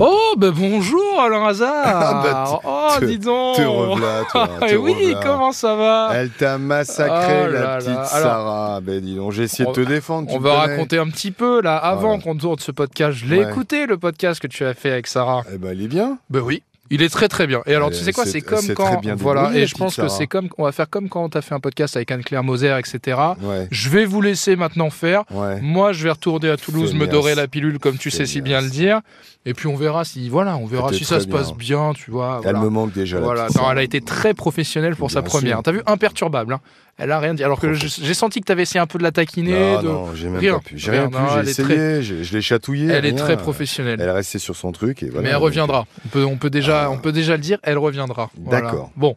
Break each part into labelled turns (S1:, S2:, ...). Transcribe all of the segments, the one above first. S1: Oh, ben bonjour Alain Hazard
S2: Ah,
S1: Oh,
S2: te-
S1: dis donc
S2: Te revoilà, toi.
S1: Ah,
S2: te Eh,
S1: et oui,
S2: revoilà.
S1: comment ça va
S2: Elle t'a massacré,
S1: Oh
S2: la
S1: là
S2: petite
S1: là. Alors,
S2: Sarah. Ben dis donc, j'ai essayé
S1: on-
S2: de te défendre. tu
S1: On
S2: me
S1: va
S2: connais.
S1: raconter un petit peu, là, avant
S2: Ouais.
S1: qu'on tourne ce podcast. Je l'ai
S2: Ouais.
S1: écouté, le podcast que tu as fait avec Sarah.
S2: Eh ben, elle est bien.
S1: Ben oui. Il est très très bien. Et alors,
S2: Elle-
S1: tu sais quoi,
S2: Euh, c'est-
S1: c'est
S2: elle
S1: comme
S2: s'est
S1: quand.
S2: très bien
S1: voilà,
S2: débrouillée,
S1: et
S2: la
S1: je
S2: petite
S1: pense que
S2: Sarah.
S1: c'est comme. On va faire comme quand on t'a fait un podcast avec Anne-Claire Moser, etc.
S2: Ouais,
S1: Je vais vous laisser maintenant faire.
S2: ouais.
S1: Moi, je vais retourner à Toulouse, me
S2: Feignasse.
S1: dorer la pilule, comme tu sais si bien
S2: Feignasse.
S1: le dire. Et puis, on verra si. Voilà, on verra
S2: C'était
S1: si ça
S2: très
S1: se passe bien, tu vois.
S2: Elle
S1: voilà.
S2: me manque déjà. la
S1: Voilà,
S2: petite
S1: non,
S2: Sarah.
S1: elle a été très professionnelle pour sa
S2: Bien
S1: première.
S2: sûr.
S1: T'as vu, imperturbable. hein. Elle a rien dit. Alors que je- j'ai senti que t'avais essayé un peu de la taquiner.
S2: Non,
S1: de-
S2: non, j'ai même
S1: rien.
S2: pas pu. J'ai
S1: Rien,
S2: rien pu,
S1: non,
S2: j'ai
S1: elle est
S2: essayé, j'ai- je l'ai chatouillée.
S1: elle est
S2: rien.
S1: très professionnelle.
S2: Elle est restée sur son truc. Et voilà,
S1: Mais elle
S2: donc,
S1: reviendra. On peut, on peut déjà,
S2: Ah.
S1: on peut déjà le dire, elle reviendra. Voilà.
S2: D'accord.
S1: Bon,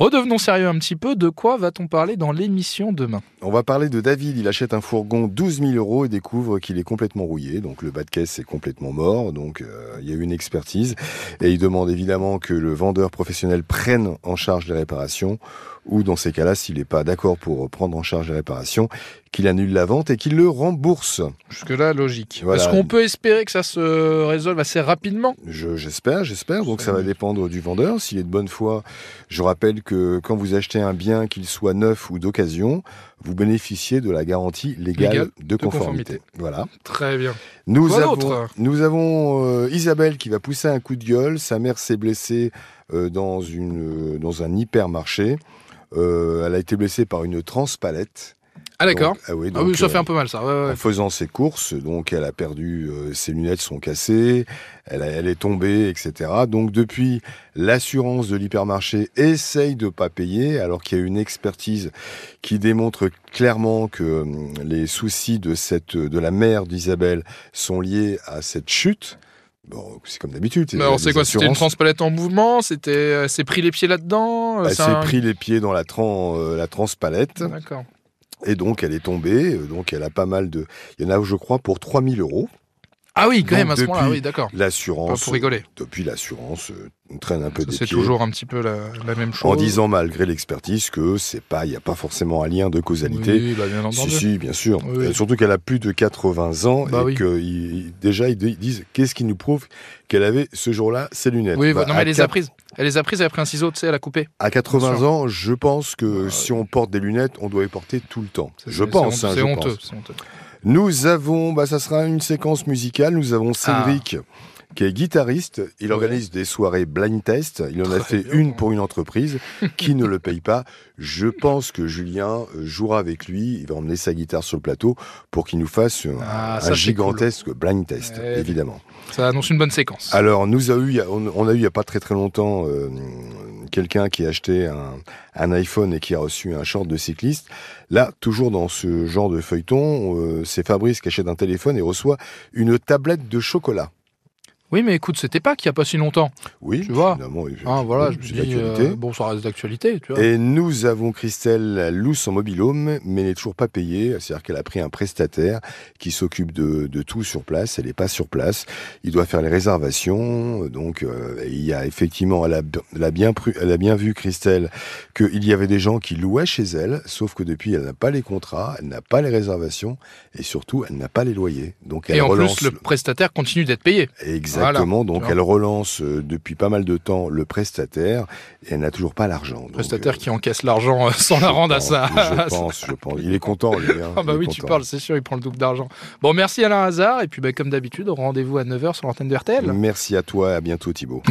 S1: redevenons sérieux un petit peu. De quoi va-t-on parler dans l'émission demain
S2: On va parler de David. Il achète un fourgon 12 000 euros et découvre qu'il est complètement rouillé. Donc le bas de caisse est complètement mort. Donc euh, il y a eu une expertise. Et il demande évidemment que le vendeur professionnel prenne en charge les réparations. Ou dans ces cas-là, s'il n'est pas d'accord pour prendre en charge les réparations, qu'il annule la vente et qu'il le rembourse.
S1: Jusque-là, logique.
S2: Voilà.
S1: Est-ce qu'on peut espérer que ça se résolve assez rapidement
S2: Je- J'espère, j'espère. Donc ça va dépendre du vendeur. S'il est de bonne foi, je rappelle que quand vous achetez un bien, qu'il soit neuf ou d'occasion, vous bénéficiez de la garantie légale,
S1: Légale
S2: de, conformité.
S1: conformité.
S2: Voilà.
S1: Très bien.
S2: Nous
S1: Quoi
S2: avons,
S1: d'autre
S2: nous avons euh, Isabelle qui va pousser un coup de gueule. Sa mère s'est blessée euh, dans, une, euh, dans un hypermarché. Euh, elle a été blessée par une transpalette.
S1: Ah d'accord.
S2: Donc- ah oui,
S1: Ah oui,
S2: donc,
S1: ça fait
S2: euh,
S1: un peu mal ça. Ouais, ouais, ouais.
S2: en faisant ses courses, donc elle a perdu, euh, ses lunettes sont cassées, elle, a- elle est tombée, etc. Donc depuis, l'assurance de l'hypermarché essaye de pas payer, alors qu'il y a une expertise qui démontre clairement que hum, les soucis de cette, de la mère d'Isabelle sont liés à cette chute. Bon, c'est comme d'habitude.
S1: Mais alors
S2: les
S1: c'est quoi C'était une
S2: assurances-
S1: transpalette en mouvement C'était, elle s'est pris les pieds là-dedans euh,
S2: Elle
S1: c'est
S2: s'est
S1: un-
S2: pris les pieds dans la, tran- euh, la transpalette
S1: D'accord.
S2: et donc elle est tombée. euh, Donc elle a pas mal de. Il y en a, je crois, pour 3000 euros.
S1: Ah oui, quand
S2: Donc,
S1: même à ce moment-là.
S2: depuis-
S1: Oui, d'accord. Pas
S2: L'assurance
S1: pour rigoler.
S2: depuis l'assurance euh, on traîne un peu
S1: Ça,
S2: des
S1: C'est
S2: pieds
S1: toujours un petit peu la, la même chose.
S2: en disant malgré l'expertise que c'est pas il n'y a pas forcément un lien de causalité.
S1: Oui, bah, bien
S2: Si,
S1: entendu.
S2: si, bien sûr.
S1: Oui, oui.
S2: Euh, Surtout qu'elle a plus de 80 ans
S1: Bah
S2: et
S1: oui.
S2: que ils- ils- déjà ils di- disent qu'est-ce qui nous prouve qu'elle avait ce jour-là ses lunettes.
S1: Oui,
S2: Bah,
S1: non, mais
S2: à,
S1: elle les a
S2: quat-
S1: prises. Elle les a prises, elle a pris un ciseau, tu sais, elle a coupé.
S2: à 80
S1: Bien sûr.
S2: ans, je pense que
S1: Bah,
S2: si on porte des lunettes, on doit les porter tout le temps.
S1: C'est-
S2: Je
S1: c'est-
S2: pense.
S1: C'est
S2: hein,
S1: c'est
S2: je pense.
S1: honteux. c'est honteux.
S2: Nous avons, bah, ça sera une séquence musicale. Nous avons
S1: Ah.
S2: Cédric, qui est guitariste. Il
S1: Ouais.
S2: organise des soirées blind test. Il en a
S1: Très
S2: fait
S1: bien.
S2: une pour une entreprise qui ne le paye pas. Je pense que Julien euh, jouera avec lui. Il va emmener sa guitare sur le plateau pour qu'il nous fasse un,
S1: Ah,
S2: un
S1: ça, c'est Eh,
S2: gigantesque blind test,
S1: Ouais.
S2: évidemment.
S1: Ça annonce une bonne séquence.
S2: Alors, nous a eu, il y a- on, on a eu il y a pas très très longtemps euh, quelqu'un qui a acheté un, un iPhone et qui a reçu un short de cycliste. Là, toujours dans ce genre de feuilleton, euh, c'est Fabrice qui achète un téléphone et reçoit une tablette de chocolat.
S1: Oui, mais écoute, c'était pas qu'il y a pas si longtemps.
S2: Oui,
S1: Tu vois.
S2: finalement, il-
S1: Hein, voilà,
S2: oui,
S1: je me
S2: c'est
S1: suis dit,
S2: d'actualité.
S1: euh, bon, ça reste d'actualité, tu vois.
S2: Et nous avons Christelle Lousse en mobilhome, mais elle n'est toujours pas payée. C'est-à-dire qu'elle a pris un prestataire qui s'occupe de, de tout sur place. Elle n'est pas sur place. Il doit faire les réservations. Donc, euh, il y a effectivement, elle a, b- elle a bien, pru- elle a bien vu, Christelle, qu'il y avait des gens qui louaient chez elle. Sauf que depuis, elle n'a pas les contrats, elle n'a pas les réservations et surtout, elle n'a pas les loyers. Donc, elle
S1: Et en
S2: relance.
S1: plus, le prestataire continue d'être payé.
S2: Exactement. donc,
S1: vois.
S2: elle relance euh, depuis pas mal de temps le prestataire et elle n'a toujours pas l'argent. Donc,
S1: Prestataire qui encaisse l'argent euh, sans la rendre à ça.
S2: je pense, je pense. Il est content, lui. hein.
S1: Ah bah
S2: Il est
S1: oui, tu
S2: content.
S1: parles, c'est sûr, il prend le double d'argent. Bon, merci Alain Hazard, et puis bah, comme d'habitude, rendez-vous à 9h sur l'antenne de RTL.
S2: Merci à toi et à bientôt, Thibaut.